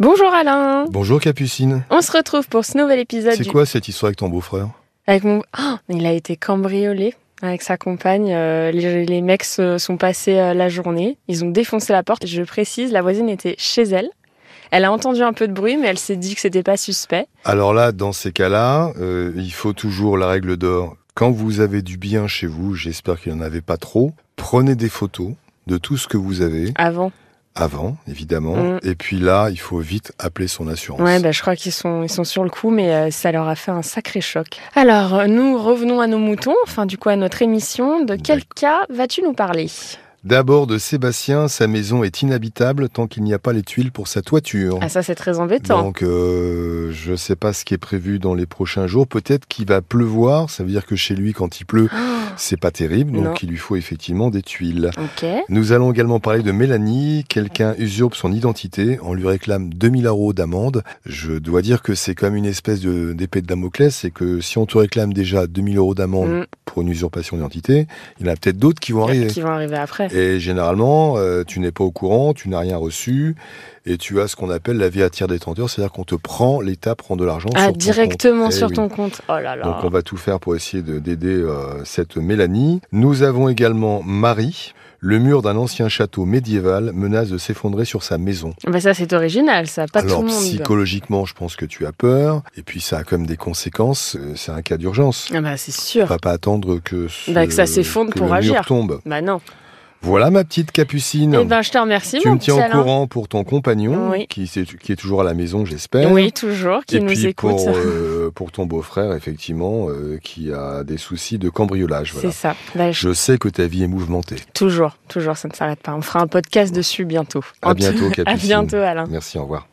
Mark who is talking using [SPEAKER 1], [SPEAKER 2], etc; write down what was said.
[SPEAKER 1] Bonjour Alain
[SPEAKER 2] Bonjour Capucine.
[SPEAKER 1] On se retrouve pour ce nouvel épisode
[SPEAKER 2] C'est
[SPEAKER 1] du...
[SPEAKER 2] quoi cette histoire avec ton beau-frère
[SPEAKER 1] Avec mon... Oh, il a été cambriolé avec sa compagne. Euh, les, les mecs se sont passés euh, la journée. Ils ont défoncé la porte. Je précise, la voisine était chez elle. Elle a entendu un peu de bruit, mais elle s'est dit que c'était pas suspect.
[SPEAKER 2] Alors là, dans ces cas-là, euh, il faut toujours la règle d'or. Quand vous avez du bien chez vous, j'espère qu'il n'y en avait pas trop, prenez des photos de tout ce que vous avez
[SPEAKER 1] Avant.
[SPEAKER 2] avant, évidemment.
[SPEAKER 1] Mm.
[SPEAKER 2] Et puis là, il faut vite appeler son assurance.
[SPEAKER 1] Ouais, bah, je crois qu'ils sont, ils sont sur le coup, mais euh, ça leur a fait un sacré choc. Alors, euh, nous revenons à nos moutons, enfin du coup à notre émission. De quel cas vas-tu nous parler
[SPEAKER 2] D'abord de Sébastien, sa maison est inhabitable tant qu'il n'y a pas les tuiles pour sa toiture.
[SPEAKER 1] Ah ça c'est très embêtant.
[SPEAKER 2] Donc, euh, je ne sais pas ce qui est prévu dans les prochains jours. Peut-être qu'il va pleuvoir. Ça veut dire que chez lui, quand il pleut,
[SPEAKER 1] Ah,
[SPEAKER 2] c'est pas terrible. Donc,
[SPEAKER 1] Non.
[SPEAKER 2] il lui faut effectivement des tuiles.
[SPEAKER 1] Ok.
[SPEAKER 2] Nous allons également parler de Mélanie. Quelqu'un usurpe son identité. On lui réclame 2000 euros d'amende. Je dois dire que c'est comme une espèce de- d'épée de, Damoclès. C'est que si on te réclame déjà 2000 euros d'amende
[SPEAKER 1] Mm.
[SPEAKER 2] pour une usurpation d'identité, il y en a peut-être d'autres qui vont arriver.
[SPEAKER 1] Qui vont arriver après.
[SPEAKER 2] Et généralement, euh, tu n'es pas au courant, tu n'as rien reçu, et tu as ce qu'on appelle la vie à tiers détenteur, c'est-à-dire qu'on te prend, l'État prend de l'argent
[SPEAKER 1] Ah,
[SPEAKER 2] sur ton
[SPEAKER 1] directement
[SPEAKER 2] compte. Eh
[SPEAKER 1] sur
[SPEAKER 2] oui.
[SPEAKER 1] ton compte. Oh là là.
[SPEAKER 2] Donc on va tout faire pour essayer de- d'aider euh, cette Mélanie. Nous avons également Marie. Le mur d'un ancien château médiéval menace de s'effondrer sur sa maison.
[SPEAKER 1] Bah ça c'est original, ça, pas
[SPEAKER 2] Alors
[SPEAKER 1] tout le monde.
[SPEAKER 2] psychologiquement, je pense que tu as peur, et puis ça a quand même des conséquences. euh, C'est un cas d'urgence.
[SPEAKER 1] Ah bah c'est
[SPEAKER 2] On
[SPEAKER 1] sûr.
[SPEAKER 2] va pas attendre que, ce-
[SPEAKER 1] Bah, que ça s'effondre
[SPEAKER 2] que
[SPEAKER 1] pour
[SPEAKER 2] le
[SPEAKER 1] agir.
[SPEAKER 2] mur tombe.
[SPEAKER 1] Bah non.
[SPEAKER 2] Voilà ma petite capucine.
[SPEAKER 1] Eh ben je te remercie
[SPEAKER 2] Tu
[SPEAKER 1] mon
[SPEAKER 2] me tiens
[SPEAKER 1] petit
[SPEAKER 2] au
[SPEAKER 1] Alain.
[SPEAKER 2] courant pour ton compagnon,
[SPEAKER 1] Oui.
[SPEAKER 2] qui, s'est- qui est toujours à la maison, j'espère.
[SPEAKER 1] Oui, toujours, qui
[SPEAKER 2] hein. Et
[SPEAKER 1] nous
[SPEAKER 2] puis
[SPEAKER 1] écoute.
[SPEAKER 2] Pour, euh, pour ton beau-frère, effectivement, euh, qui a des soucis de cambriolage. voilà.
[SPEAKER 1] C'est ça. Bah, je-
[SPEAKER 2] Je sais que ta vie est mouvementée.
[SPEAKER 1] Toujours, toujours, ça ne s'arrête pas. On fera un podcast dessus bientôt.
[SPEAKER 2] À
[SPEAKER 1] En tout-
[SPEAKER 2] bientôt, Capucine.
[SPEAKER 1] À bientôt Alain.
[SPEAKER 2] Merci, au revoir.